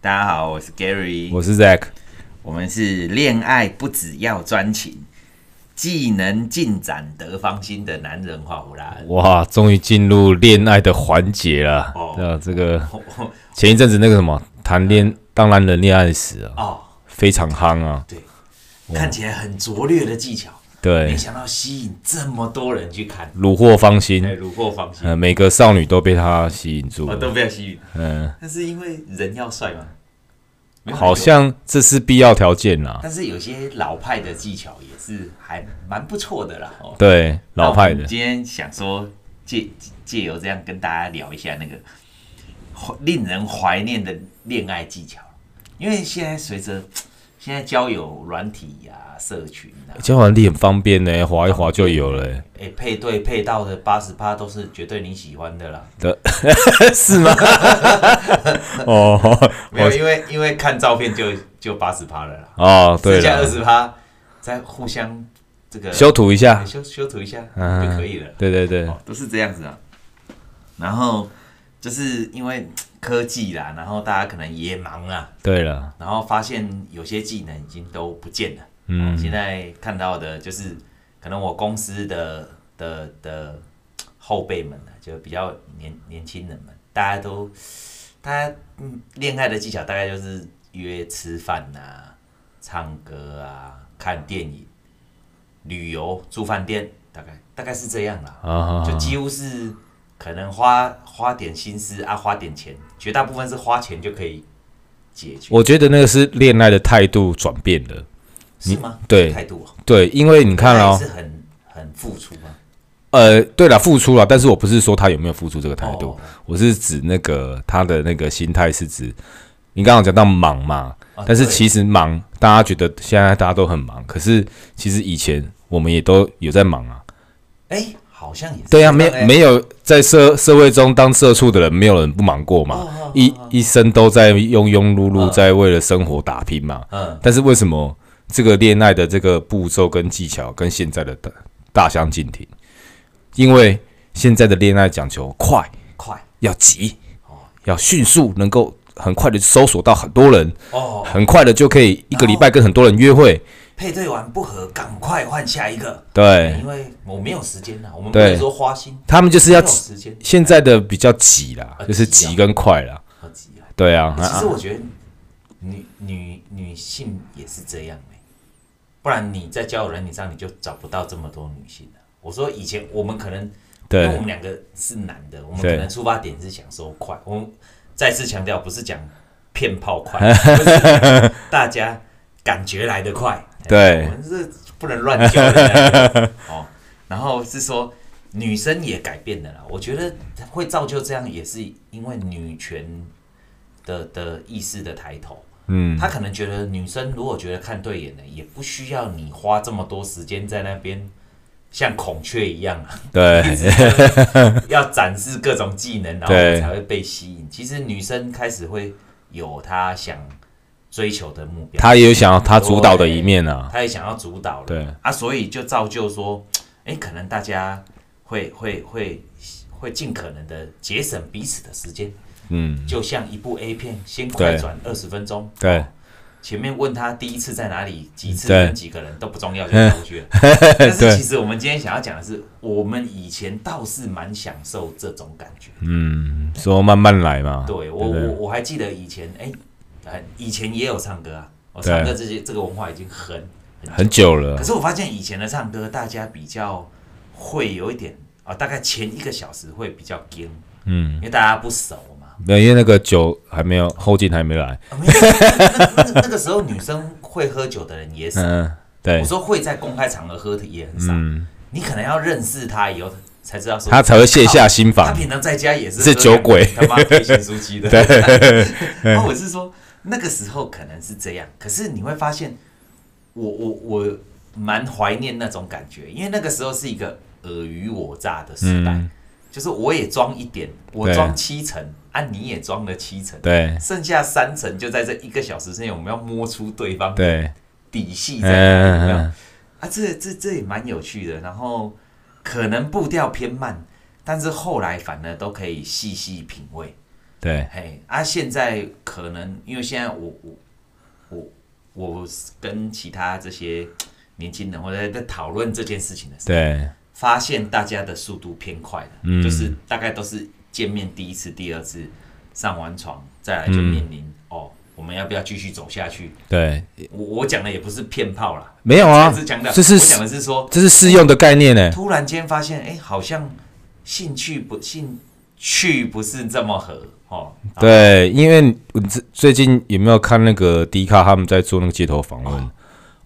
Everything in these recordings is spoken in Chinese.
大家好，我是 Gary，我是 Zack，我们是恋爱不只要专情，技能进展得芳心的男人花胡啦。 哇，终于进入恋爱的环节了。哦呃，这个哦前一阵子那个什么谈恋当男人恋爱时啊，哦，非常夯啊。对，看起来很拙劣的技巧，没对，想到吸引这么多人去看，虏获芳哎，心，虏获芳心，呃，每个少女都被他吸引住我。都不要吸引。嗯，但是因为人要帅嘛，没有很多好像这是必要条件啊啦。但是有些老派的技巧也是还蛮不错的啦。哦，对，老派那我们的今天想说借借由这样跟大家聊一下那个怀令人怀念的恋爱技巧，因为现在随着现在交友软体呀、社群啊，交往力很方便呢，划一划就有 了欸。哎、配对配到的八十趴都是绝对你喜欢的啦。是吗？ 哦没有，因为因为看照片就就八十趴了啦，哦，对剩下二了，十趴再互相这个修图一下。修修图一下嗯就可以了。对对对，哦，都是这样子啊。然后就是因为科技啦，然后大家可能也忙啊，对了，然后发现有些技能已经都不见了。嗯哦，现在看到的就是可能我公司的的的后辈们啊，就比较年年轻人们，大家都大家嗯恋爱的技巧大概就是约吃饭啊、唱歌啊、看电影、旅游、住饭店，大概大概是这样啦。啊，就几乎是可能花花点心思啊，花点钱，绝大部分是花钱就可以解决，我觉得那个是恋爱的态度转变了。是吗？对态度哦，对，因为你看那哦也，是很很付出嘛，呃，对了，付出了，但是我不是说他有没有付出这个态度，哦我是指那个他的那个心态是指，你刚刚讲到忙嘛，啊但是对其实忙，大家觉得现在大家都很忙，可是其实以前我们也都有在忙啊，哎，好像也是对呀、这没样哎没有在社社会中当社畜的人，没有人不忙过哦嘛，哦一一生都在庸庸碌嗯碌，在为了生活打拼嘛，嗯，但是为什么这个恋爱的这个步骤跟技巧跟现在的大大相径庭？因为现在的恋爱讲求快，哎快要急，哦要迅速，能够很快的搜索到很多人，哦，很快的就可以一个礼拜跟很多人约会。配对完不合，赶快换下一个，哎对因为我没有时间了，我们不对能说花心，他们就是没要有急时间，现在的比较急啦啊，就是哎急啊急跟快啦。好急啊！对啊，其实啊我觉得女女女性也是这样、欸、不然你在交友软件上你就找不到这么多女性了、啊我说以前我们可能，因为我对们两个是男的，我们对可能出发点是想说快，我们再次强调不是讲骗炮快， 就是大家感觉来得快，对我们是不能乱叫人哦。然后是说女生也改变了啦，我觉得会造就这样，也是因为女权的的意识的抬头。嗯，她可能觉得女生如果觉得看对眼了，也不需要你花这么多时间在那边像孔雀一样啊，一对直就是要展示各种技能，然后对才会被吸引。其实女生开始会有她想追求的目标，他也有想要他主导的一面啊。她也想要主导了。对啊，所以就造就说，哎，可能大家会会会会尽可能的节省彼此的时间，嗯，就像一部 A 片，先快对转二十分钟，对前面问他第一次在哪里，几次对跟几个人都不重 要，就过去了。但是其实我们今天想要讲的是，我们以前倒是蛮享受这种感觉。嗯，说慢慢来嘛。对我对我对我还记得以前，哎，呃以前也有唱歌啊，我唱歌这些这个文化已经很很久了可。是我发现以前的唱歌，大家比较会有一点啊、大概前一个小时会比较惊，嗯因，为大家不熟 嘛。没有，因为那个酒还没有，后劲还没来。啊没有那那那那个时候女生会喝酒的人也少，嗯，对我，说会在公开场合喝的也很少。嗯，你可能要认识她以后才知道说他才会卸下心他防。平常在家也是是喝酒鬼他妈推 行书机的。对， 然后我是说那个时候可能是这样，可是你会发现，我我我蛮怀念那种感觉，因为那个时候是一个尔虞我诈的时代，嗯就是我也装一点，我对装七成，啊你也装了七成，对剩下三成就在这一个小时之内，我们要摸出对方的对，底细在哪里有没有。嗯，啊，这这这也蛮有趣的。然后可能步调偏慢，但是后来反而都可以细细品味。对，嘿，啊，现在可能因为现在我我我我跟其他这些年轻人或者在讨论这件事情的时候，对，发现大家的速度偏快了，嗯就是大概都是见面第一次、第二次上完床，再来就嗯面临、哦，我们要不要继续走下去？对，我我讲的也不是骗炮啦，没有啊我是讲的，这是我讲的是说，这是适用的概念呢。突然间发现，哎、好像兴趣不兴趣不是这么合哦，对，因为你我最最近有没有看那个迪卡他们在做那个街头访问？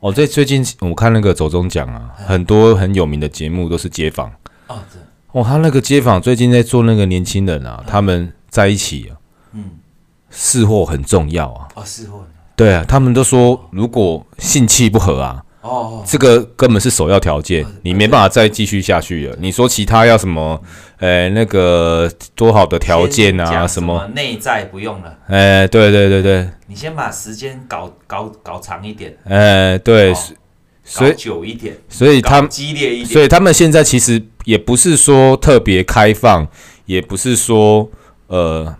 哦，最最近我看那个走中奖啊，很多很有名的节目都是街访。哦，这哦，他那个街访最近在做那个年轻人啊，他们在一起啊，嗯，试货很重要啊。哦是哦对啊，他们都说如果性气不合啊，哦，这个根本是首要条件，你没办法再继续下去了。你说其他要什么，呃，那个多好的条件先啊，讲什什么，内在不用了，哎，对对对对，你先把时间搞搞搞长一点，哎，对，哦所所搞以久一点，所以他搞激烈一点，所以他们现在其实也不是说特别开放，也不是说呃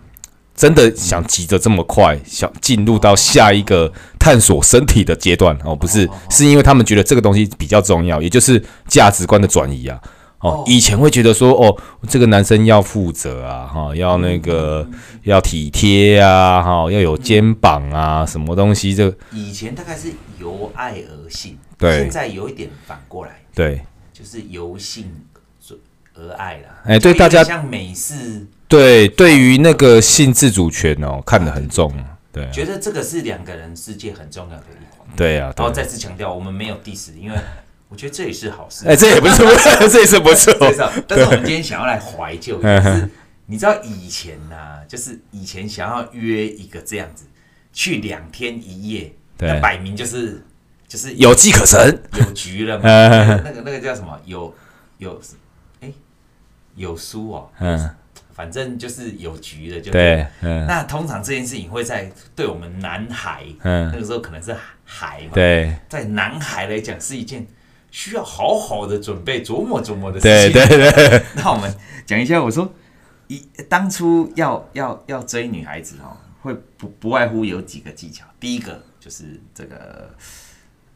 真的想急着这么快，想进入到下一个探索身体的阶段哦，不是，是因为他们觉得这个东西比较重要，也就是价值观的转移啊。哦哦，以前会觉得说，哦，这个男生要负责啊，哈、要那个要体贴啊，哈、要有肩膀啊，什么东西这以前大概是由爱而性，对现在有一点反过来，对就是由性而爱啦。哎对就有点大家像美式，对，对于那个性自主权哦，看得很重，对啊觉得这个是两个人世界很重要的一环。对啊，对然啊后再次强调，我们没有 diss，因为 我觉得这也是好事。哎、这也不错， 这也是不错。嗯介绍，但是我们今天想要来怀旧，就是你知道以前呐、就是以前想要约一个这样子，去两天一夜，对那摆明就是就是有迹可乘。有局了嘛？ 嗯那个那个叫什么？有有哎、有书哦，嗯，反正就是有局了就。对，嗯那通常这件事情会在对我们男孩，那嗯，个时候可能是孩嘛， 对在男孩来讲是一件需要好好的准备、琢磨琢磨的对事情。对对， 那我们讲一下，我说一当初要要要追女孩子哦，会不不外乎有几个技巧。第一个就是这个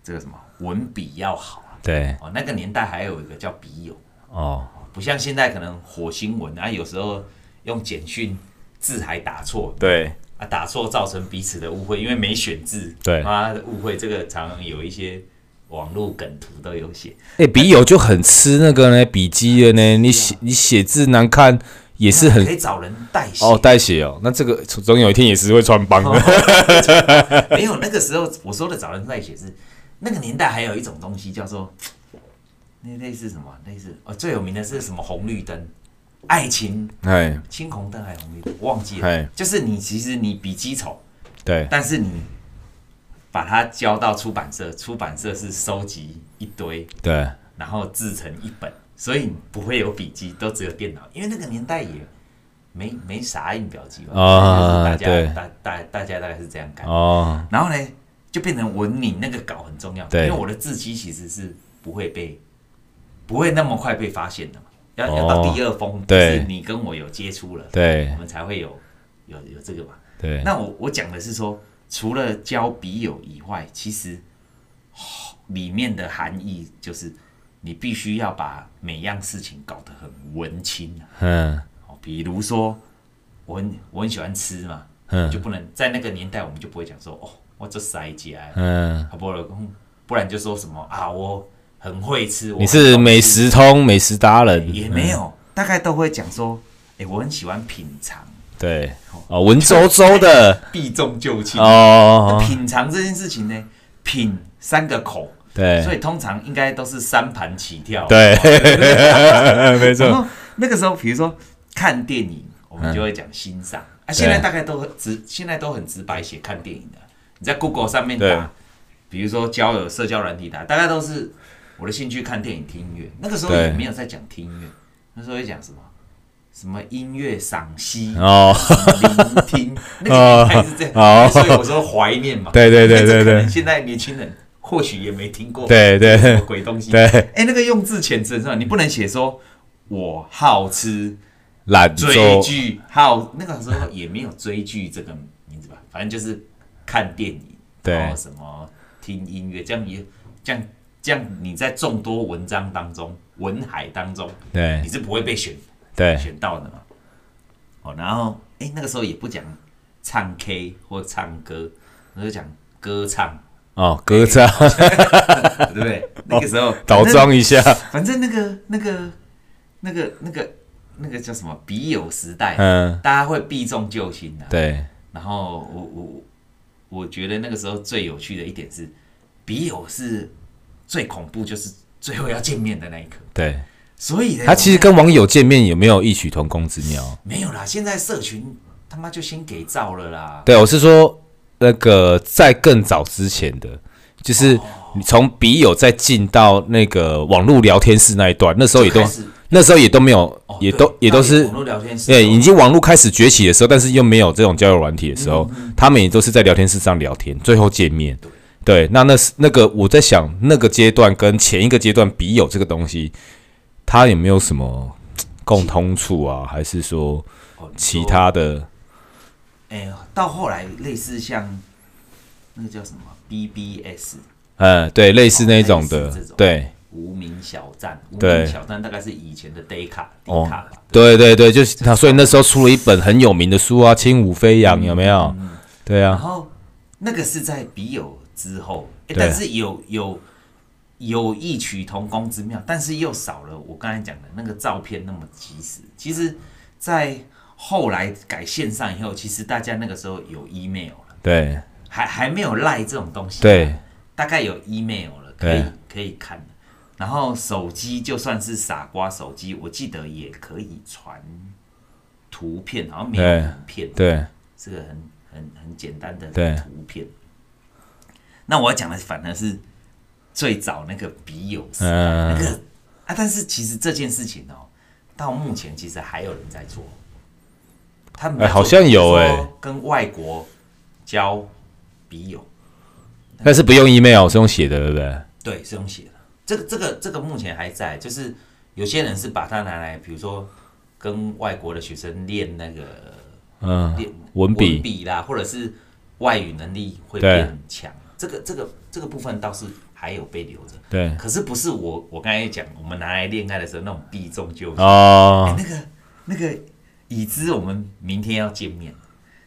这个什么文笔要好啊。对哦，那个年代还有一个叫笔友， 哦，不像现在可能火星文啊，有时候用简讯字还打错对啊，打错造成彼此的误会，因为没选字，对妈的误会，这个常常有一些网络梗图都有写，哎、笔友就很吃那个呢，笔记的呢，你写你写字难看也是啊可很以哦找人代写。哦，代写哦。那这个总总有一天也是会穿帮的。没有那个时候我说的找人代写是那个年代还有一种东西叫做那类似什么类似哦，最有名的是什么红绿灯，爱情 哎青红灯还是红绿灯，忘记了，哎，就是你其实你笔记丑。对但是你把它交到出版社，出版社是收集一堆，对然后制成一本，所以不会有笔记，都只有电脑，因为那个年代也没没啥印表机嘛，啊就是大对家大大大家大概是这样看，哦，然后呢就变成文你那个稿很重要，因对为我的字迹其实是不会被不会那么快被发现的嘛，要、要到第二封，哦对就是你跟我有接触了，对我们才会有有有这个嘛。对那我我讲的是说，除了交笔友以外，其实哦里面的含义就是，你必须要把每样事情搞得很文青啊。嗯哦比如说，我很我很喜欢吃嘛，就嗯不能在那个年代，我们就不会讲说哦，我这塞家，嗯，好不好？嗯不然就说什么啊，我很会吃。我你很是懂美吃食通美食达人，也没嗯有，大概都会讲说，哎，我很喜欢品尝，对哦，文绉绉的 避重就轻。哦，品尝这件事情呢，品三个口，对所以通常应该都是三盘起 跳。，对，没然错，后那个时候，比如说看电影，我们就会讲欣赏、啊。现在大概都很直，现在都很直白写看电影的。你在 Google 上面对打，比如说交友社交软体打，大概都是我的兴趣看电影、听音乐。那个时候对也没有在讲听音乐，那时候会讲什么什么音乐赏析。哦， 聆听，那个年代是这样，哦所以我说怀念嘛。对对对对对可能现在年轻人或许也没听过，对对什么 鬼东西。对，哎，那个用字遣词很重要，你不能写说我好吃懒追惰，剧，好那个时候也没有追剧这个名字吧，反正就是看电影，对然后什么听音乐，这样也这样这样你在众多文章当中，文海当中，对你是不会被选对选到的嘛。哦，然后哎、诶那个时候也不讲唱 K 或唱歌，那就讲歌唱，哦，歌唱，对不 对？那个时候哦倒反正装一下，反正那个那个那个那个那个叫什么笔友时代，嗯，大家会避重就轻的、对然后我我我觉得那个时候最有趣的一点是，笔友是最恐怖，就是最后要见面的那一刻。对，所以呢他其实我们跟网友见面有没有异曲同工之妙？没有啦，现在社群他妈就先给照了啦。对，我是说那个在更早之前的，就是你从笔友再进到那个网络聊天室那一段，那时候也都就开始那时候也都没有，哦也对都也都到底是网络聊天室，对，已经网络开始崛起的时候，但是又没有这种交友软体的嗯时候，他们也都是在聊天室上聊天，最后见面。对，那那是那个我在想，那个阶段跟前一个阶段笔友这个东西，它有没有什么嘖共通处啊？还是说哦你说其他的？哎、到后来类似像那个叫什么 BBS 呃，对，类似那种哦类的似这种，对，无名小站，无对名小站大概是以前的 Day 卡、D 哦卡吧。对对对对，就是那，所以那时候出了一本很有名的书啊，《轻舞飞扬》，有没有？对嗯然啊，后那个是在笔友之后，哎对啊但是有有有异曲同工之妙，但是又少了我刚才讲的那个照片那么及时。其实，在后来改线上以后，其实大家那个时候有 email 了，对还还没有赖这种东西。对，大概有 email 了，可以对可以看的。然后手机就算是傻瓜手机，我记得也可以传图片，好像没有对影片，对这个很很很简单的对图片。那我要讲的反而是最早那个笔友时代嗯那个啊，但是其实这件事情哦，到目前其实还有人在做，他们在哎做好像有哎说跟外国交笔友。但是不用 email，是用写的，对不对？对，是用写的。这个这个这个目前还在，就是有些人是把它拿来，比如说跟外国的学生练那个嗯，练文笔笔啦，或者是外语能力会对变强。这个这个这个部分倒是还有被留着，对。可是不是我我刚才讲我们拿来恋爱的时候那种避重就轻、哎哦，那个那个已知我们明天要见面，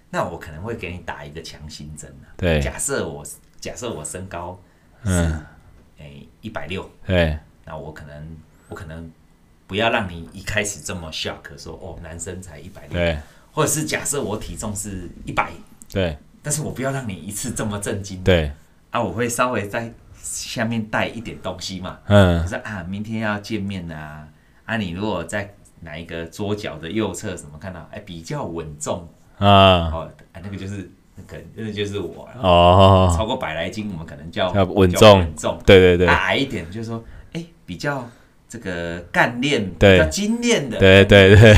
那我可能会给你打一个强心针啊。对假设我假设我身高嗯，哎一百六。对那我可能我可能不要让你一开始这么 shock，说哦男生才一百六，对或者是假设我体重是一百，对但是我不要让你一次这么震惊。对，啊，我会稍微在下面带一点东西嘛，可嗯，是啊明天要见面啊，啊你如果在哪一个桌角的右侧什么看到，哎比较稳重啊，哦，啊那个就是那个那个就是我了。哦，超过百来斤，我们可能叫叫稳叫重稳重，对对对啊矮一点，就是说，哎、比较这个干练、比对较精炼的，对对对，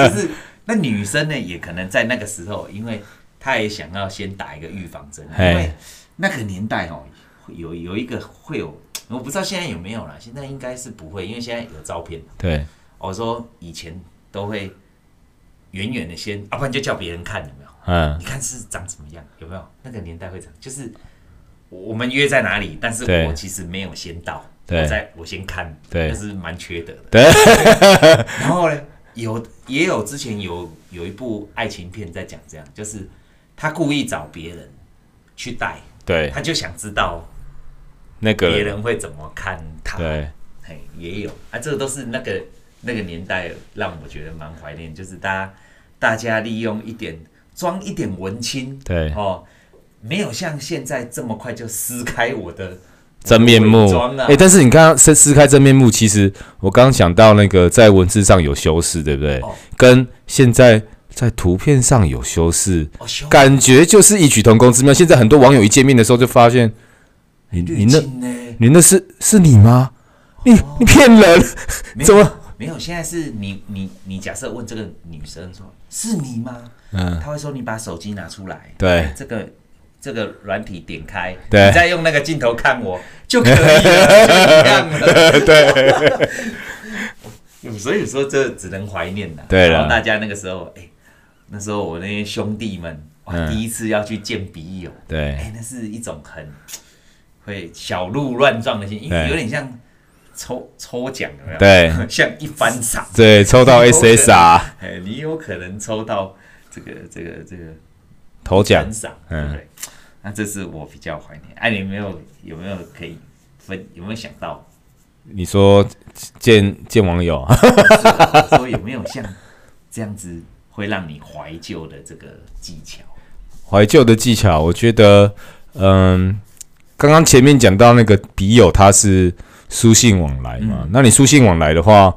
就是那女生呢，也可能在那个时候，因为她也想要先打一个预防针，因嘿为那个年代哦，会有有一个会有，我不知道现在有没有啦，现在应该是不会，因为现在有照片。对我说以前都会远远的先，啊要、不然就叫别人看，有没有？嗯你，看是长什么样，有没有？那个年代会长，就是我我们约在哪里，但是对我其实没有先到，对我在我先看，对那是蛮缺德的。对然后呢，有也有之前有有一部爱情片在讲这样，就是他故意找别人去带， 对，他就想知道那个别人，人会怎么看他。，对嘿，也有啊，这个都是那个那个年代让我觉得蛮怀念，就是大家大家利用一点装一点文青，对，哦，没有像现在这么快就撕开我的真面目伪装。啊哎，但是你刚刚撕撕开真面目，其实我刚刚想到那个在文字上有修饰，对不对哦？跟现在在图片上有修饰，哦修感觉就是异曲同工之妙。现在很多网友一见面的时候就发现，你你滤那镜呢？你那是是你吗？你你骗人？没有怎么？没有？现在是你你你假设问这个女生说是你吗？嗯，她会说你把手机拿出来，对这个这个软体点开，对你再用那个镜头看我就可 以了，就一样了。对， 所以说这只能怀念了。对了然后大家那个时候，哎、那时候我那些兄弟们，哇，嗯第一次要去见笔友，哎、对那是一种很会小鹿乱撞的心情，因为对有点像抽抽奖，有没有？对 像一番赏。对，抽到 SSR 哎，你有可能抽到这个这个这个头奖很，少，对嗯不对？那这是我比较怀念。哎、你没有有没有可以分？有没有想到？你说见见网友，啊说有没有像这样子会让你怀旧的这个技巧？ 怀旧的技巧，我觉得，嗯，刚刚前面讲到那个笔友，他是书信往来嘛，嗯那你书信往来的话，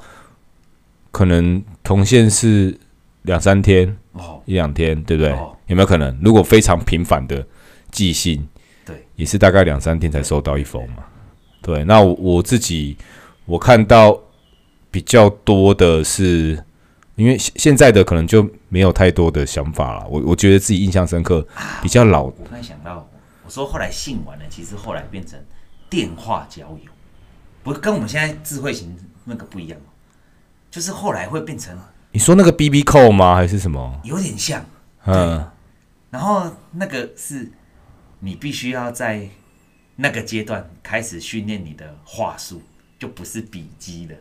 可能同线是两三天、哦，一两天，对不对？哦有没有可能？如果非常频繁的寄信，对，也是大概两三天才收到一封嘛。对，那我我自己我看到比较多的是。因为现现在的可能就没有太多的想法了，我我觉得自己印象深刻，啊比较老我刚才想到，我说后来信完了，其实后来变成电话交友，不是跟我们现在智慧型那个不一样哦，就是后来会变成你说那个 B B 扣吗？还是什么？有点像。嗯，然后那个是你必须要在那个阶段开始训练你的话术，就不是笔记了。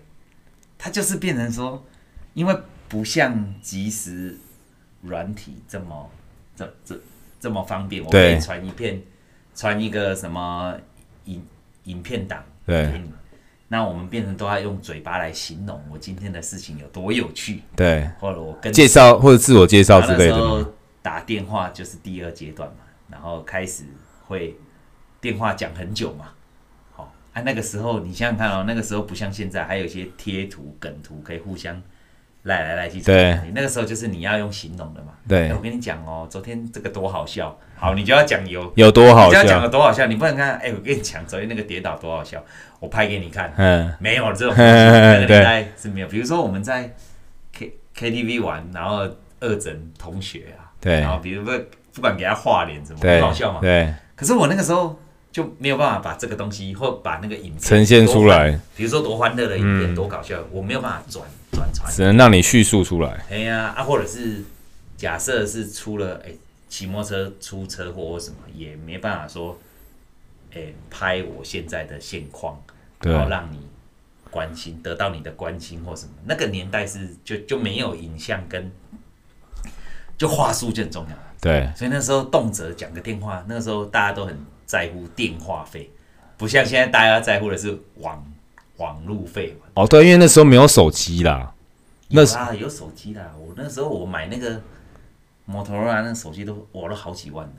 它就是变成说，因为不像即时软体这么这这这么方便，我可以对传一片传一个什么影影片档给对你。那我们变成都要用嘴巴来形容我今天的事情有多有趣，对，或者我跟介绍或者自我介绍然后之那类时的候吗？打电话就是第二阶段嘛，然后开始会电话讲很久嘛。好、啊，那个时候你想想看哦，那个时候不像现在，还有一些贴图、梗图可以互相赖来赖去。对，那个时候就是你要用形容的嘛。对哎我跟你讲哦，昨天这个多好笑，好，你就要讲有。有多你好就要讲的笑？多好笑，你不能看。哎、我跟你讲，昨天那个跌倒多好笑，我拍给你看。嗯，没有这种， 嘿嘿嘿那个年对代是没有。比如说我们在 K K T V 玩，然后二整同学啊，对然后比如说不管给他画脸什么，对很好笑嘛。对，可是我那个时候就没有办法把这个东西或把那个影片呈现出多来，嗯欢，比如说多欢乐的影片，多搞笑，我没有办法转转传。只能让你叙述出来。哎呀啊，或者是假设是出了哎骑摩托车出车祸或什么，也没办法说哎拍我现在的现况。对然，后让你关心，得到你的关心或什么。那个年代是就就没有影像跟，就话术就很重要，对，所以那时候动辄讲个电话，那个时候大家都很在乎电话费，不像现在大家在乎的是网网路费嘛。哦对，因为那时候没有手机啦，那有时啊，有手机啦，我那时候我买那个摩托罗拉那个手机都我都好几万呢、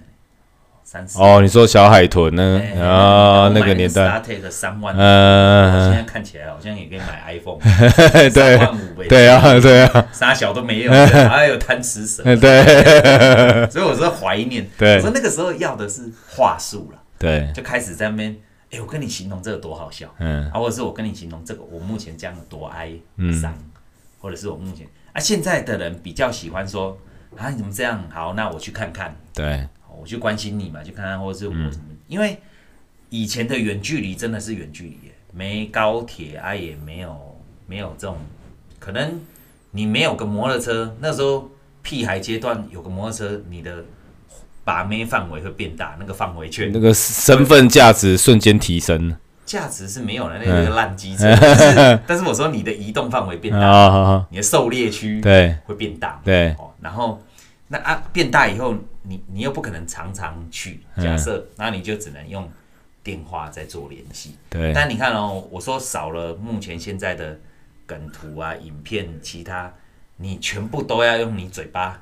三十哦，你说小海豚呢哎？啊，我买那个年代， ，Startech 三万，现嗯，在看起来好像也可以买 iPhone， 对三万五倍，对啊， 对啊，啥小都没有，还有贪吃蛇，对所以我说怀念。对我说那个时候要的是话术了，对，就开始在那边，哎，我跟你形容这个多好笑，嗯，啊，或者是我跟你形容这个我目前这样有多哀伤，或者是我目前啊，现在的人比较喜欢说啊，你怎么这样？好，那我去看看，对好我去关心你嘛，去看看，或者是我什么，因为以前的远距离真的是远距离耶，没高铁啊，也没有没有这种，可能你没有个摩托车，那时候屁孩阶段有个摩托车，你的把妹范围会变大，那个范围圈那个身份价值瞬间提升价值是没有的，那个烂机车，但是但是我说你的移动范围变啊大，好好，你的狩猎区对会变大，对。哦，然后那啊变大以后，你你又不可能常常去，嗯假设，那、你就只能用电话在做联系。对但你看哦，我说少了目前现在的梗图啊、影片，其他你全部都要用你嘴巴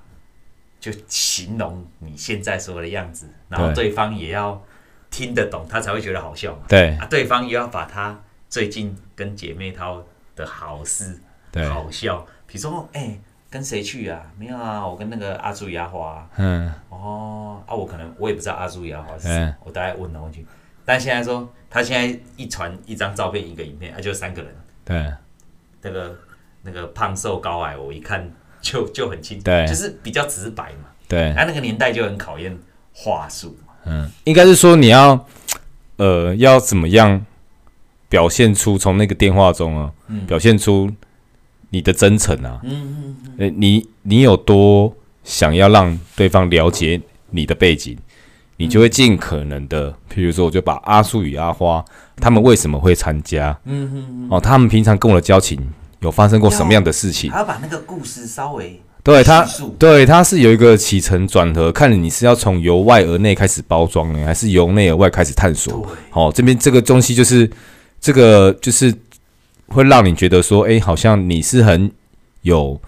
就形容你现在所有的样子，然后对对方也要听得懂，他才会觉得好笑嘛。对啊，对方也要把他最近跟姐妹淘的好事对，好笑。比如说，哎、跟谁去啊？没有啊，我跟那个阿朱牙花啊、嗯，哦，啊，我可能我也不知道阿朱牙花是谁，嗯我大概问了问去。但现在说，他现在一传一张照片，一个影片，啊，就三个人，对那个那个胖瘦高矮，我一看 就就很清楚，对就是比较直白嘛。啊对他、那个年代就很考验话术嘛，应该是说你要，呃，要怎么样表现出从那个电话中啊，嗯表现出你的真诚啊，嗯嗯呃，你你有多想要让对方了解你的背景，你就会尽可能的，譬如说，我就把阿树与阿花他们为什么会参加，嗯嗯哦，他们平常跟我的交情有发生过什么样的事嗯，情，还要把那个故事稍微对他叙述，对他是有一个起承转合，看你是要从由外而内开始包装呢，还是由内而外开始探索。对好、这边这个东西就是这个就是会让你觉得说，哎、好像你是很有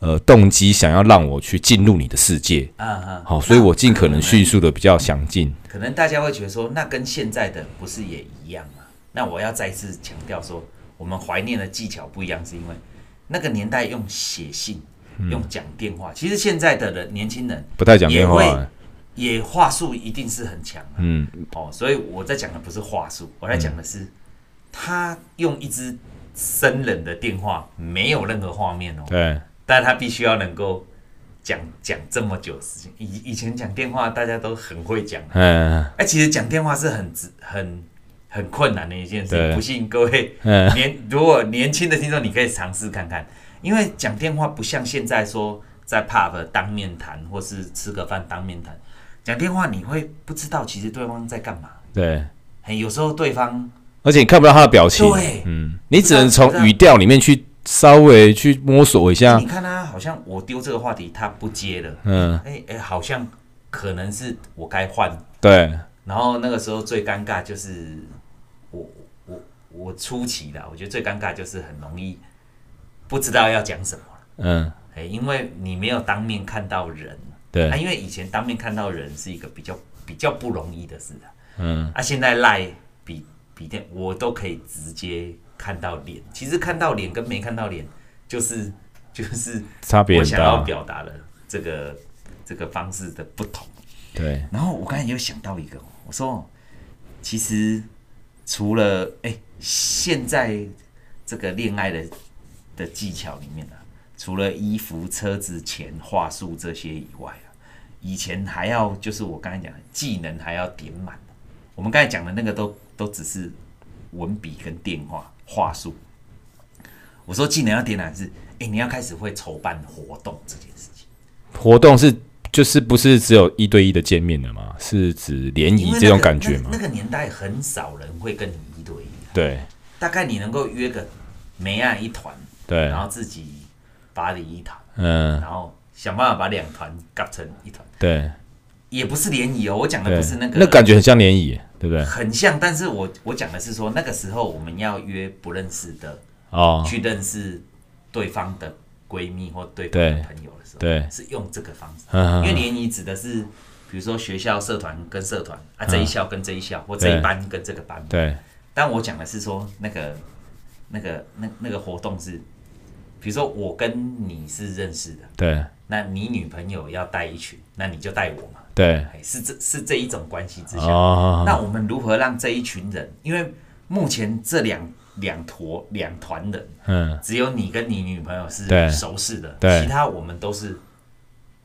呃动机想要让我去进入你的世界。啊啊，好、所以我尽可那能叙述的比较详尽。可能大家会觉得说，那跟现在的不是也一样吗？那我要再次强调说，我们怀念的技巧不一样，是因为那个年代用写信，嗯用讲电话。其实现在的人，年轻人不太讲电话也，会也话术一定是很强、啊，嗯，哦，所以我在讲的不是话术，我在讲的是、他用一支生冷的电话，没有任何画面哦，对，但他必须要能够讲讲这么久的事情。以以前讲电话大家都很会讲，嗯哎、其实讲电话是很直很很困难的一件事情，对不信各位嗯， 年如果年轻的听众，你可以尝试看看，因为讲电话不像现在说在 pub 当面谈，或是吃个饭当面谈，讲电话你会不知道其实对方在干嘛，对，哎，有时候对方而且你看不到他的表情，对，嗯，你只不能知道从语调里面去稍微去摸索一下你，看他好像我丢这个话题他不接了，嗯，哎哎，好像可能是我该换对，然后那个时候最尴尬就是我我我初期的，我觉得最尴尬就是很容易不知道要讲什么了，嗯，哎，因为你没有当面看到人，啊，对，因为以前当面看到人是一个比较比较不容易的事啊，嗯，啊，现在赖比比电我都可以直接看到脸，其实看到脸跟没看到脸就是就是差别我很想要大，表达的这个这个方式的不同。对，然后我刚才有想到一个，我说，其实除了哎、现在这个恋爱的的技巧里面啊，除了衣服、车子、钱、话术这些以外啊，以前还要就是我刚才讲的技能还要点满。我们刚才讲的那个都都只是文笔跟电话话术。我说技能要点满是，哎、你要开始会筹办活动这件事情。活动是就是不是只有一对一的见面了嘛？是指联因谊为这种那个感觉那吗个？那？个年代很少人会跟你一对一，对大概你能够约个梅案一团，对然，后自己巴黎一团，嗯，然后想办法把两团搞成一团，对也不是联谊哦，我讲的对不是那，个，那感觉很像联谊，对不对？很像，但是我我讲的是说那个时候我们要约不认识的哦，去认识对方的闺蜜或对方的对朋友的时候，对，是用这个方式。因为嗯，联谊指的是，比如说学校社团跟社团啊，嗯这一校跟这一校，或这一对班跟这个班，对，但我讲的是说那个那个那那个活动是，比如说我跟你是认识的，对，那你女朋友要带一群，那你就带我嘛，对，哎，是这是这一种关系之下，那哦，我们如何让这一群人？因为目前这两两坨两团人，嗯，只有你跟你女朋友是对熟识的，对其他我们都是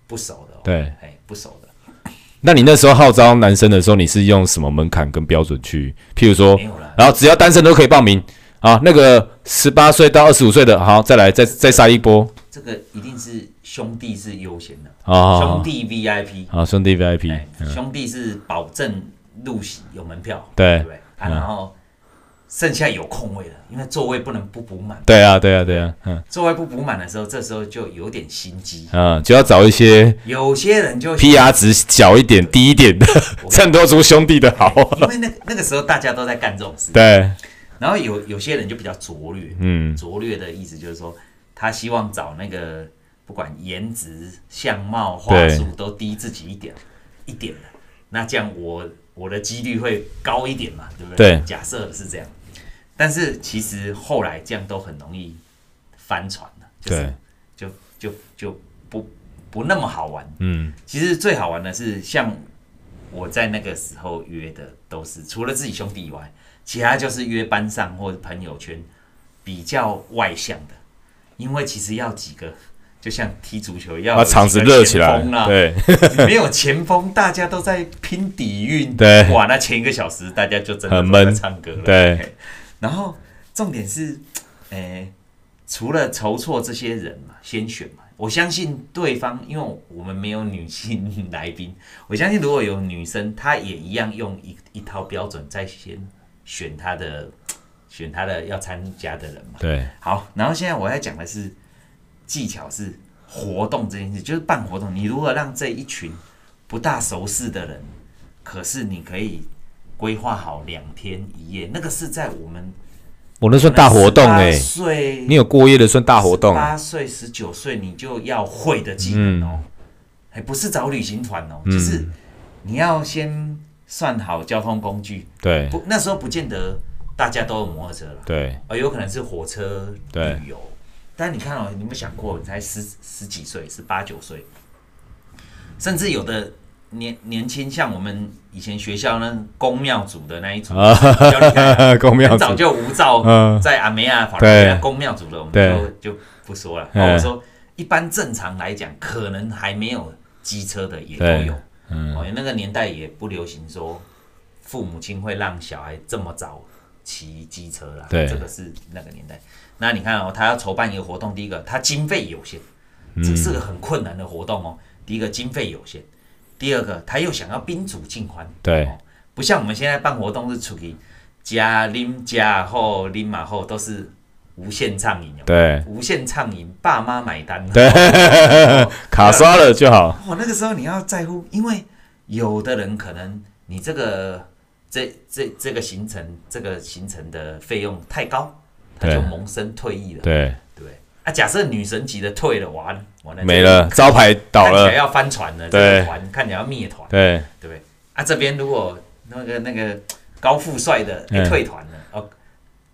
不熟的、哦，对。哎，不熟的，那你那时候号召男生的时候，你是用什么门槛跟标准去？譬如说没，有啦。然后只要单身都可以报名啊，那个十八岁到二十五岁的，好，再来再再杀一波这个一定是兄弟是优先的，啊，兄好弟 VIP，好兄弟 VIP，哎，兄弟是保证入席有门票，对对不，对？啊，然后剩下有空位了，因为座位不能不补满，对啊，对啊，对啊，嗯座位不补满的时候，这时候就有点心机，嗯，就要找一些有些人就 PR 值小一点、低一点的，衬托出兄弟的好。 因为那个那个时候大家都在干这种事，对，然后有有些人就比较拙劣，嗯，拙劣的意思就是说，他希望找那个不管颜值、相貌、话术都低自己一点一点的，那这样我我的几率会高一点嘛，对不对？对假设是这样，但是其实后来这样都很容易翻船了，就是对，就就就不不那么好玩。嗯，其实最好玩的是，像我在那个时候约的都是除了自己兄弟以外，其他就是约班上或者朋友圈比较外向的，因为其实要几个，就像踢足球一样，把场子热起来前锋啦，对 没有前锋，大家都在拼底蕴，对哇，那前一个小时大家就真的很都闷在唱歌了，对嘿。然后重点是，诶、除了筹措这些人嘛，先选嘛，我相信对方，因为我们没有女性 来宾，我相信如果有女生，她也一样用一一套标准在先选她的选她的要参加的人嘛。对，好，然后现在我要讲的是技巧是活动这件事，就是办活动，你如何让这一群不大熟识的人，可是你可以规划好两天一夜，那个是在我们我那算大活动哎、 18岁你有过夜的算大活动，欸八岁十九岁你就要会的技能哦，嗯还、不是找旅行团哦，就是你要先算好交通工具，对不那时候不见得大家都有摩托车了。对呃，有可能是火车对旅游。但你看哦，你有没有想过，你才十十几岁，十八九岁，甚至有的年年轻，像我们以前学校那公庙组的那一组，啊比较厉害， 公庙很组早就无 照，嗯在阿梅亚法对律公庙组的，我们对就就不说了。嗯哦我说，一般正常来讲，可能还没有机车的也都对有，嗯哦，那个年代也不流行说父母亲会让小孩这么早骑机车啦。对这个是那个年代。那你看哦，他要筹办一个活动，第一个他经费有限，嗯这是个很困难的活动哦。第一个经费有限，第二个他又想要宾主尽欢，对哦，不像我们现在办活动是出去加啉加后啉马后都是无限畅饮哦，对无限畅饮，爸妈买单。 对，卡刷了就好，我那个时候你要在乎，因为有的人可能你这个这这这个行程这个行程的费用太高，他对就萌生退役了，对，对不对？啊，假设女神级的退了，完完了没了，招牌倒看起来了，要翻船了，这对个团看起来要灭团，对对不对？啊，这边如果那个那个高富帅的嗯也退团了，哦，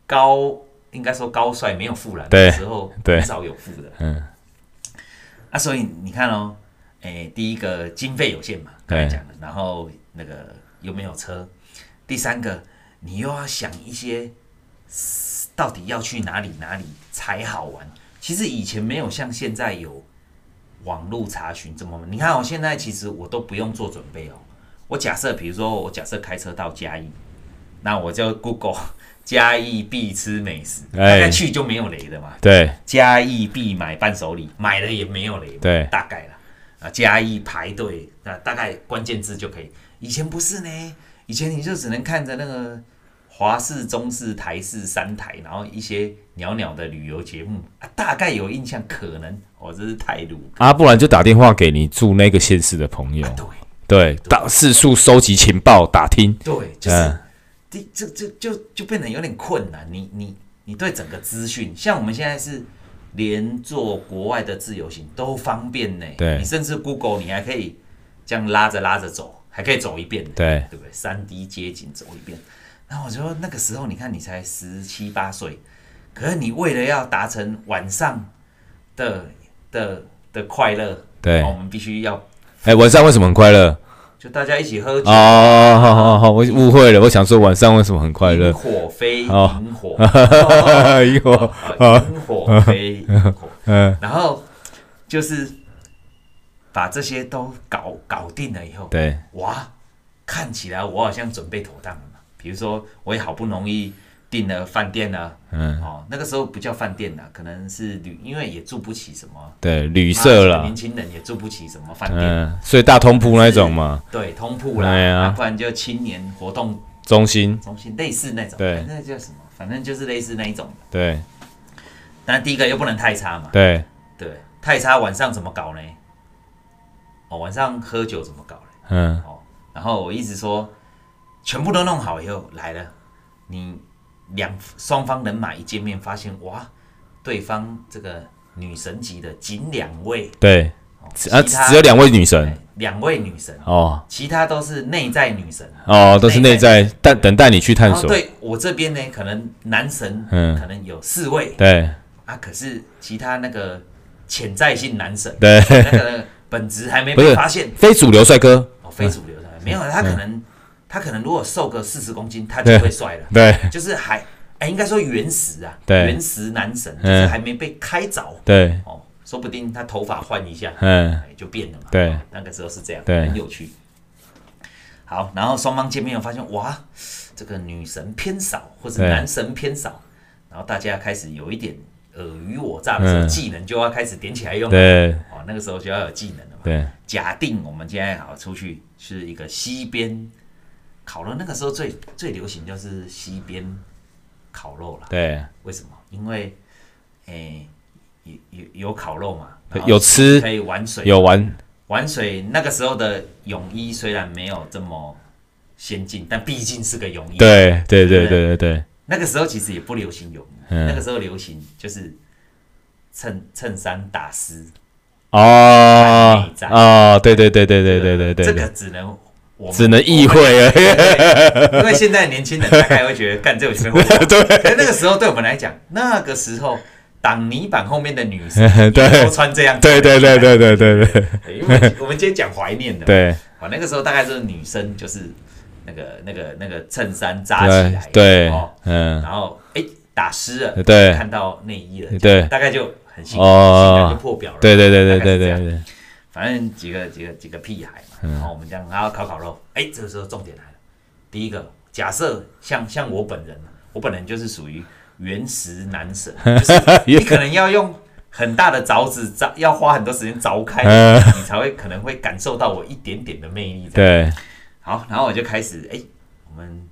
高应该说高帅没有富了，对那时候对很少有富的，嗯，啊，所以你看哦，诶，第一个经费有限嘛，刚才讲的，然后那个有没有车，第三个你又要想一些嘶到底要去哪里哪里才好玩。其实以前没有像现在有网络查询这么，你看哦，现在其实我都不用做准备哦。我假设，比如说我假设开车到嘉义，那我就 Google 嘉义必吃美食，大哎概去就没有雷的嘛。对嘉义必买伴手礼，买了也没有嘞，对大概啦。啊，嘉义排队，那大概关键字就可以。以前不是呢，以前你就只能看着那个华视、中视、台视三台，然后一些袅袅的旅游节目啊，大概有印象，可能哦，这是泰鲁啊，不然就打电话给你住那个县市的朋友啊，，对对，打四处收集情报打听，对，就是嗯，这这这就就变得有点困难。你你你对整个资讯，像我们现在是连做国外的自由行都方便呢。对你甚至 Google 你还可以这样拉着拉着走，还可以走一遍呢，对对不对？三 D 街景走一遍。然后我就说那个时候，你看你才十七八岁，可是你为了要达成晚上的的的快乐，对哦我们必须要哎，晚上为什么很快乐？就大家一起喝酒哦，好好好，我误会了，我想说晚上为什么很快萤乐？哎火非哦萤火，一个啊萤火非萤火， 嗯，然后就是把这些都搞搞定了以后，对哇，看起来我好像准备妥当了嘛。比如说，我也好不容易订了饭店了，嗯哦，那个时候不叫饭店了，可能是旅，因为也住不起什么，啊对，旅社妈啦年，轻人也住不起什么饭店，嗯，所以大通铺那一种嘛，对，通铺啦，哎呀啊不然就青年活动中心，中心类似那种，对反正叫什么，反正就是类似那一种的。对但第一个又不能太差嘛，对，对，太差晚上怎么搞呢？哦，晚上喝酒怎么搞呢？嗯哦，然后我一直说，全部都弄好以后来了，你两双方人马一见面，发现哇，对方这个女神级的仅两位，对，哦、啊，其他只有两位女神哎两位女神，哦其他都是内在女神。哦，都是内在，哦但等待你去探然后索，对我这边呢，可能男神嗯可能有四位对啊，可是其他那个潜在性男神，对，那个本质还没不被是嗯发现，非主流帅哥，哦，非主流的没有，他可能他可能如果瘦个四十公斤，他就对会帅了，对就是还哎，应该说原始啊，对原始男神，就嗯是还没被开凿对哦，说不定他头发换一下，嗯，哎，就变了嘛。对，那个时候是这样，对很有趣。好，然后双方见面，我发现哇，这个女神偏少，或者对男神偏少，然后大家开始有一点尔虞我诈的时候，嗯技能就要开始点起来用了。对哦，那个时候就要有技能了嘛。对，假定我们今天好出去是一个西边烤肉，那个时候最最流行就是西边烤肉啦。对，为什么？因为诶、有有有烤肉嘛，然后有吃可以玩水，啊有玩，玩水那个时候的泳衣虽然没有这么先进，但毕竟是个泳衣。，对对对对对对，那个时候其实也不流行泳衣，那个嗯，时候流行就是衬衬衫打湿，哦哦，对对对对对对对对这对，个只能我们只能意会而已， 对因为现在年轻人大概会觉得干这有什么好 玩？对，可是那个时候对我们来讲，那个时候挡泥板后面的女生对都穿这样子， 对对对对对对对对，因为我们今天讲怀念的，，对好，哦那个时候大概就是女生就是那个那个那个衬衫扎起对来，对哦，，嗯，然后哎打湿了，对看到内衣了，对大概就很兴奋，哦性感就破表了，对对对对对对对。反正几个几个几个屁孩嘛，嗯然后我们这样，然后烤烤肉，哎、这个时候重点来了。第一个，假设像像我本人，我本人就是属于原石男神， 就是你可能要用很大的凿子凿，要花很多时间凿开，嗯你才会可能会感受到我一点点的魅力。这样对，好，然后我就开始，哎、我们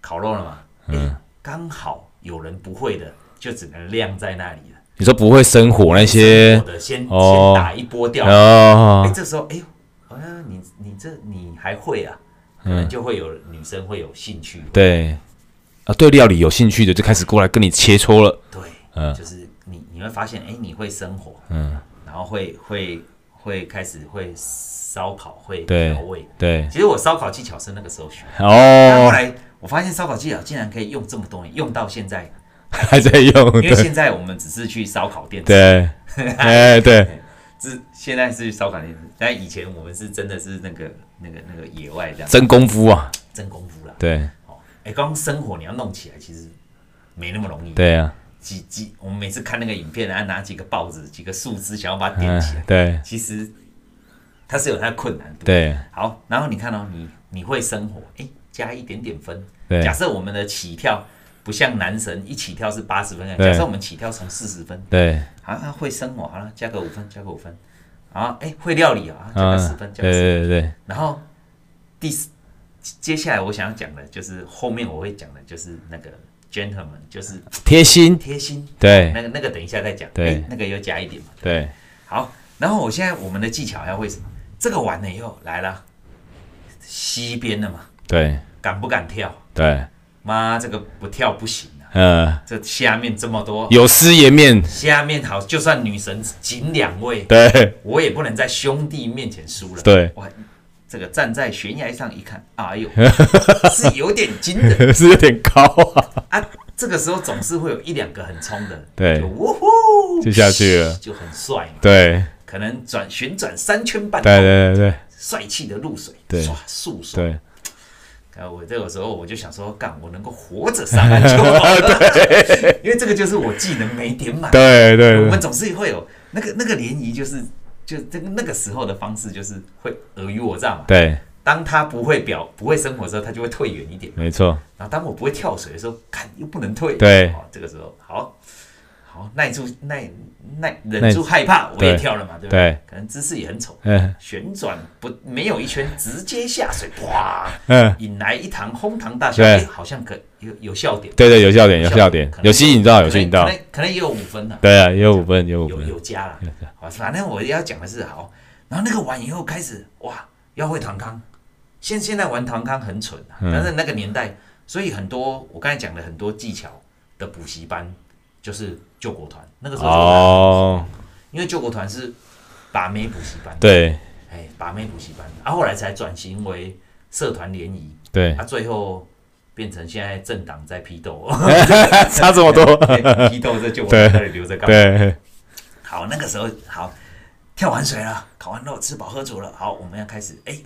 烤肉了嘛，哎、嗯刚好有人不会的，就只能晾在那里了。你说不会生火那些我，的先、哦先打一波掉，哎、哦，这时候，哎呦，好像你你这你还会啊，嗯可能就会有女生会有兴趣。对，啊，对料理有兴趣的就开始过来跟你切磋了，对，嗯就是你你会发现，哎、你会生火，嗯，然后会会会开始会烧烤，会对调味。对，其实我烧烤技巧是那个时候学，但后哦，来我发现烧烤技巧竟然可以用这么多年，用到现在，还在用，因为 对现在我们只是去烧烤店，， 对，哎对，是现在是去烧烤店，但以前我们是真的是那个那个那个野外这样真功夫啊，真功夫啦。对哦，哎，光生火你要弄起来，其实没那么容易。，对啊，几几，我们每次看那个影片，然后拿几个报纸、几个树枝，想要把它点嗯起来，，对其实它是有它的困难度。，对好，然后你看哦，你你会生火，哎，加一点点分。对假设我们的起跳不像男神一起跳是八十分，对假设我们起跳从四十分，对，好啊，会生火，好了，加个五分，加个五分。啊，哎，会料理啊，加个十嗯，分，加对个十分。对对然后第四接下来我想要讲的就是后面我会讲的就是那个 gentleman，就是贴心，贴心，对那个那个等一下再讲，对哎那个又加一点嘛。对好，然后我现在我们的技巧要会什么？这个完了以后来了，西边了嘛，对敢不敢跳？对，妈，这个不跳不行啊！嗯，这下面这么多，有失颜面，下面好，就算女神仅两位，对我也不能在兄弟面前输了。对，哇，这个站在悬崖上一看，哎 呦，是有点惊人是有点高啊，啊！这个时候总是会有一两个很冲的，对就呜呼就下去了就很帅嘛。对可能转旋转三圈半，对对对对帅气的入水，对唰速水。对，啊，我这个时候我就想说，干，我能够活着上岸就好 了， 因为这个就是我技能没点满。对对我们对，总是会有那个那个联谊，就是就这个那个时候的方式，就是会尔虞我诈嘛。对，当他不会表不会生活的时候，他就会退远一点。没错，然后当我不会跳水的时候，看又不能退，对哦，这个时候好，好耐住耐耐忍耐住害怕，我也对跳了嘛，对不对可能姿势也很丑，嗯旋转不没有一圈，直接下水，哇，嗯。引来一堂哄堂大笑，对哎好像可有有笑点，对对，有笑点，有笑可点，能有吸引到，可有能吸引到可。能可能也有五分呢、对啊，也有五分，也有五有分。有加了，好，反正我要讲的是好，然后那个玩以后开始哇，要会唐康，现现在玩唐康很蠢啊，嗯但是那个年代，所以很多我刚才讲的很多技巧的补习班就是救国团，那个时候、哦，因为救国团是把妹补习班，对哎，把妹补习班，啊，后来才转型为社团联谊，对啊，，最后变成现在政党在批 斗， 差这么多。批斗这救国团到底留着干嘛？对好，那个时候好，跳完水了，烤完肉，吃饱喝足了，好，我们要开始。哎、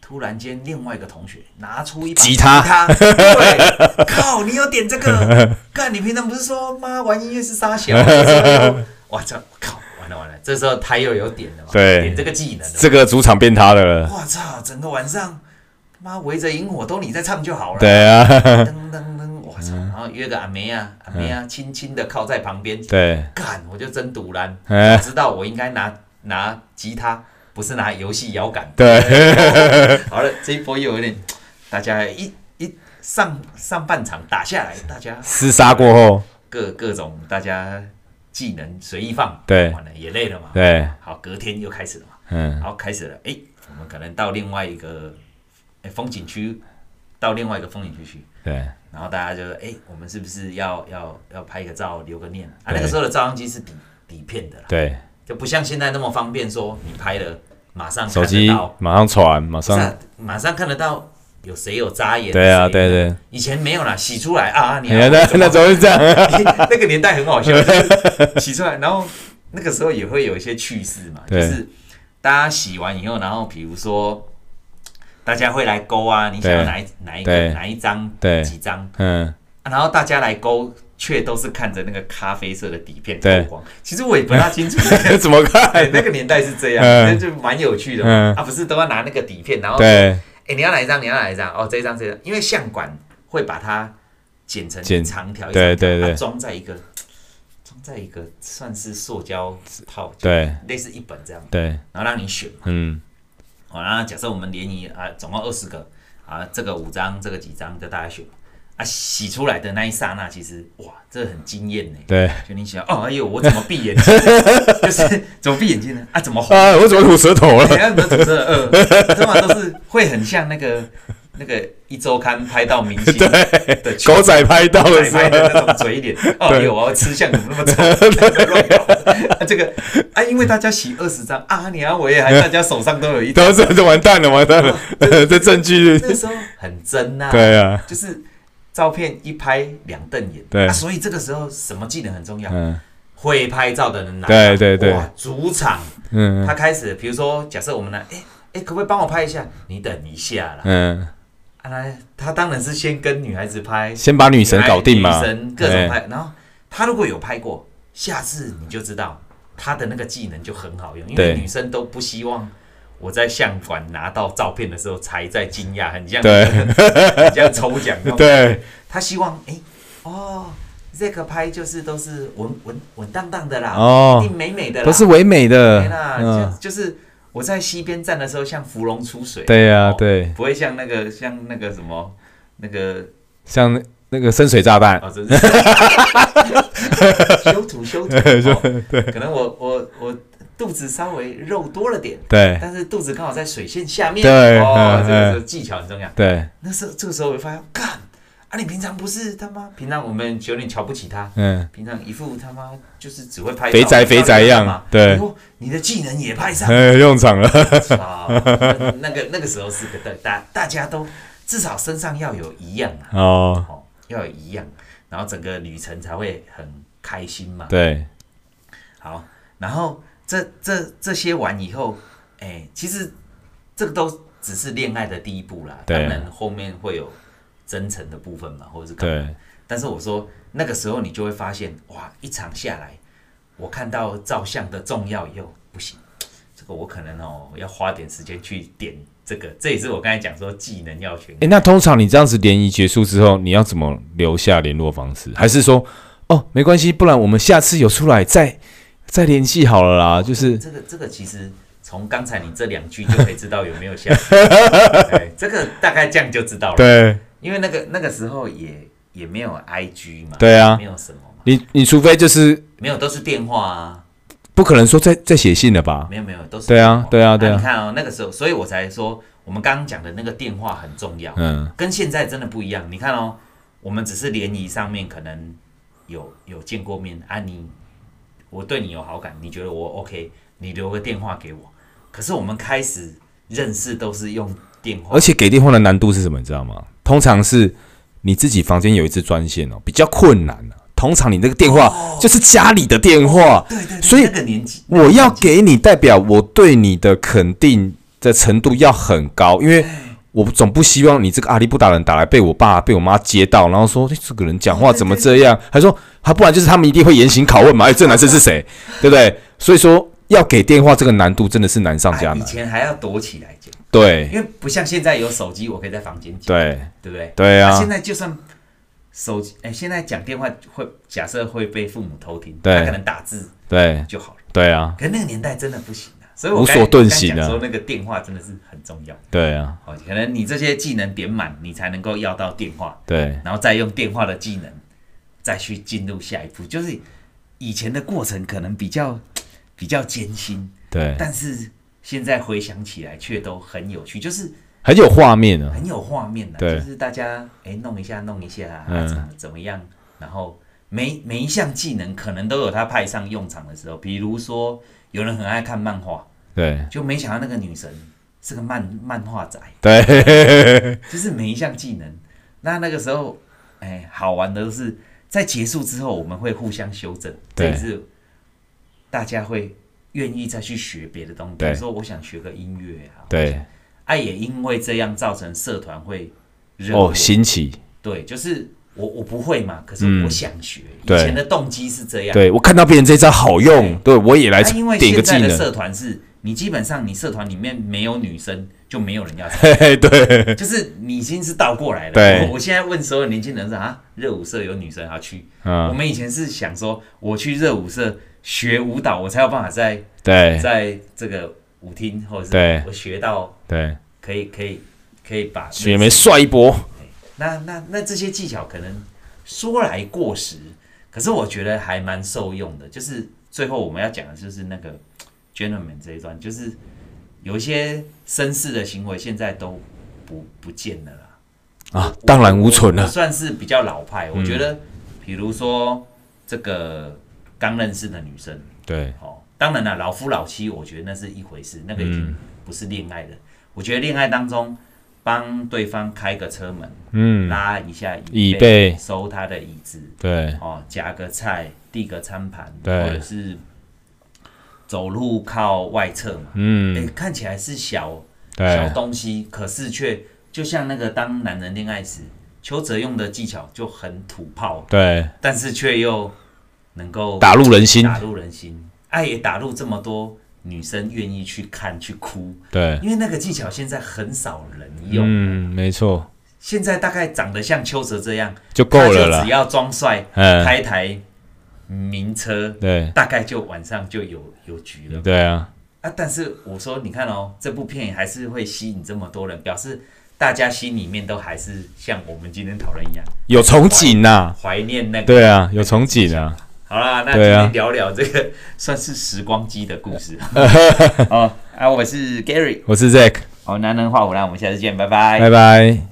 突然间，另外一个同学拿出一把吉他对，靠，你有 点这个？干，你平常不是说妈玩音乐是傻小？为什么有哇，这靠，完了完了，这时候他又有点了嘛，对点这个技能了这个主场变他的了。我操，整个晚上他妈围着萤火都你在唱就好了。对嗯啊，噔噔噔，我操！然后约个阿梅啊，阿梅啊，轻轻的靠在旁边，嗯对，干，我就真堵然，哎我知道我应该拿拿吉他，不是拿游戏摇杆。对，好了，这一波又有点，大家一一上上半场打下来，大家厮杀过后，各各种大家技能随意放，对完了也累了嘛，对，好，隔天又开始了嘛，嗯，然后开始了，哎，我们可能到另外一个哎风景区，到另外一个风景区去。对，然后大家就哎、诶我们是不是要要要拍个照留个念啊？对那个时候的照相机是底底片的啦，对，就不像现在那么方便，说你拍了马上看手得机到，马上传，马不是啊、上，马上看得到有谁有扎眼？对啊，谁对。对，以前没有啦，洗出来啊，啊你 你看那还那怎么会这 样？那个年代很好笑，就是 洗出来，然后那个时候也会有一些趣事嘛，就对是大家洗完以后，然后比如说大家会来勾啊，你想要对哪一哪一个对哪一张对几张，嗯， 啊然后大家来勾，却都是看着那个咖啡色的底片对透光。其实我也不大清楚，怎么 哎看？那个年代是这样，那、嗯就蛮有趣的嘛。嗯啊，不是都要拿那个底片，然后哎、对，你要哪一张？你要哪一张？哦，这一张，这一张，因为相馆会把它剪成剪一长条，一对长条对对啊装在一个装在一个算是塑胶套，对，类似一本这样，对，然后让你选嘛。嗯，哦，然后假设我们联谊啊，总共二十个啊，这个五张，这个几张，就大家选嘛。啊，洗出来的那一刹那，其实哇，这很惊艳呢。对，就你想，哦，哎呦，我怎么闭眼睛？ 就是怎么闭眼睛呢？啊，怎么红？啊，我怎么吐舌 头了？ 等哎下你的主持人，呃，通常都是会很像那个那个一周刊拍到明 星的球狗仔拍到狗的仔拍时候，的那种嘴 脸。哦，哎呦，我要吃相怎么那么丑？乱搞啊这个啊，因为大家洗二十张啊，你啊，我也还大家手上都有一张然后这就完蛋了，完蛋了，哦 这证据，那时候很真呐、对啊，就是照片一拍两瞪眼，对啊，所以这个时候什么技能很重要，嗯会拍照的人拿，对对对哇，主场嗯他开始，比如说假设我们拿，哎、哎、可不可以帮我拍一下？你等一下啦，嗯，啊，来他当然是先跟女孩子拍，先把女神搞定嘛，哎女神各种拍，然后他如果有拍过，下次你就知道他的那个技能就很好用，因为对女生都不希望。我在相馆拿到照片的时候才在惊讶，很像对 很像抽奖那种 对他希望哎、哦，这个拍就是都是稳稳稳当当的啦，哦一定美美的啦，都是唯美的没，啦，嗯，就就是我在西边站的时候像芙蓉出水，对呀、哦对，不会像那个像那个什么那个像那那个深水炸弹，哦， 真是修图修图，哦、可能我我我肚子稍微肉多了点。对但是肚子刚好在水线下面，对哦，嗯这个嗯这个技巧很重要。对，那时候这个时候我就发现，干啊，你平常不是他妈，平常我们有点瞧不起他，嗯，平常一副他妈就是只会拍肥宅肥宅样嘛，对哎呦，你的技能也派 上哎，用场了，啊！那那个那个时候是个大大大家都至少身上要有一样啊，哦，哦，要有一样，然后整个旅程才会很开心嘛。对，好，然后这这这些完以后，哎，其实这个都只是恋爱的第一步啦，当对啊然后面会有真诚的部分嘛，或者是干嘛对，但是我说那个时候你就会发现，哇，一场下来，我看到照相的重要以后，不行，这个我可能哦要花点时间去点这个，这也是我刚才讲说技能要全。哎，那通常你这样子联谊结束之后，你要怎么留下联络方式？还是说，哦，没关系，不然我们下次有出来再再联系好了啦，就是这个这个其实从刚才你这两句就可以知道有没有下一 步、哎这个大概这样就知道了，对因为那个那个时候也也没有 IG 嘛，对啊没，有什么嘛，你你除非就是没有都是电话啊。不可能说再再写信了吧？没有没有，都是对啊电话对啊对啊你看哦，那个时候，所以我才说，我们刚刚讲的那个电话很重要，嗯，跟现在真的不一样。你看哦，我们只是联谊上面可能有有见过面啊你，我对你有好感，你觉得我 OK，你留个电话给我。可是我们开始认识都是用电话而，且给电话的难度是什么？你知道吗？通常是你自己房间有一支专线哦，比较困难、啊、通常你那个电话就是家里的电话，对对对，所以那个年纪，我要给你代表我对你的肯定的程度要很高，因为我总不希望你这个阿力不打人打来被我爸被我妈接到，然后说、诶这哎个人讲话怎么这样，还说他不然就是他们一定会严刑拷问嘛，哎、这男生是谁，对不对？所以说要给电话这个难度真的是难上加啊以难。前还要躲起来讲，对因为不像现在有手机，我可以在房间讲，对对不对？对啊啊现，在就算手机，哎、现在讲电话会假设会被父母偷听，对他可能打字对就好了。对啊，可是那个年代真的不行啊，所以我无刚所才遁刚形讲啊说那个电话真的是很重要对啊，哦，可能你这些技能点满，你才能够要到电话，对哦然后再用电话的技能再去进入下一步。就是以前的过程可能比较比较艰辛，对，但是现在回想起来却都很有趣，就是很有画面啊。很有画面的、对就是大家哎、弄一下弄一下、啊，嗯怎么怎么样，然后每每一项技能可能都有它派上用场的时候，比如说有人很爱看漫画，对就没想到那个女神是个漫漫画仔，对就是每一项技能。那那个时候，哎、好玩的是在结束之后，我们会互相修正，这对也是大家会愿意再去学别的东西。比对如说，我想学个音乐啊，对哎、也因为这样造成社团会热络哦，新奇。对，就是我我不会嘛，可嗯是我想学。对以前的动机是这样，对我看到别人这招好用，对我也来那啊因为点个现技在的能。社团是你基本上你社团里面没有女生，就没有人要参嘿嘿， 对加，就是你已经是倒过来了。对我我现在问所有年轻人说啊，热舞社有女生啊去。我嗯，们以前是想说，我去热舞社学舞蹈，我才有办法在对在这个舞厅或者对是我学到对，可以可以可以把学妹帅一波。那那那这些技巧可能说来过时，可是我觉得还蛮受用的。就是最后我们要讲的就是那个 gentleman 这一段，就是有一些绅士的行为现在都不不见了啦。啊，荡然无存我了。嗯算是比较老派，我觉得，比如说这个刚认识的女生，对哦，当然了，老夫老妻，我觉得那是一回事，那个已嗯经不是恋爱了。我觉得恋爱当中帮对方开个车门，嗯，拉一下椅椅背收他的椅子，对哦，夹个菜，递个餐盘，对或者是走路靠外侧嘛，哎、嗯，看起来是小小对东西，可是却就像那个当男人恋爱时，邱泽用的技巧就很土炮，对，但是却又能够打入人心。打入人心，爱、也打入这么多女生愿意去看去哭，对，因为那个技巧现在很少人用，嗯，没错，现在大概长得像邱泽这样。就够了他就啦只。要装帅，嗯，开台名车，对大概就晚上就有有局了对啊，啊。但是我说，你看哦，这部片还是会吸引这么多人，表示大家心里面都还是像我们今天讨论一样，有憧憬啊呐。怀念那个。对啊，有憧憬啊。好啦，那今对啊天聊聊这个算是时光机的故 事。哦，啊，我是 Gary，我是 Zack，哦，男人画虎烂，我们下次见，拜拜拜。拜。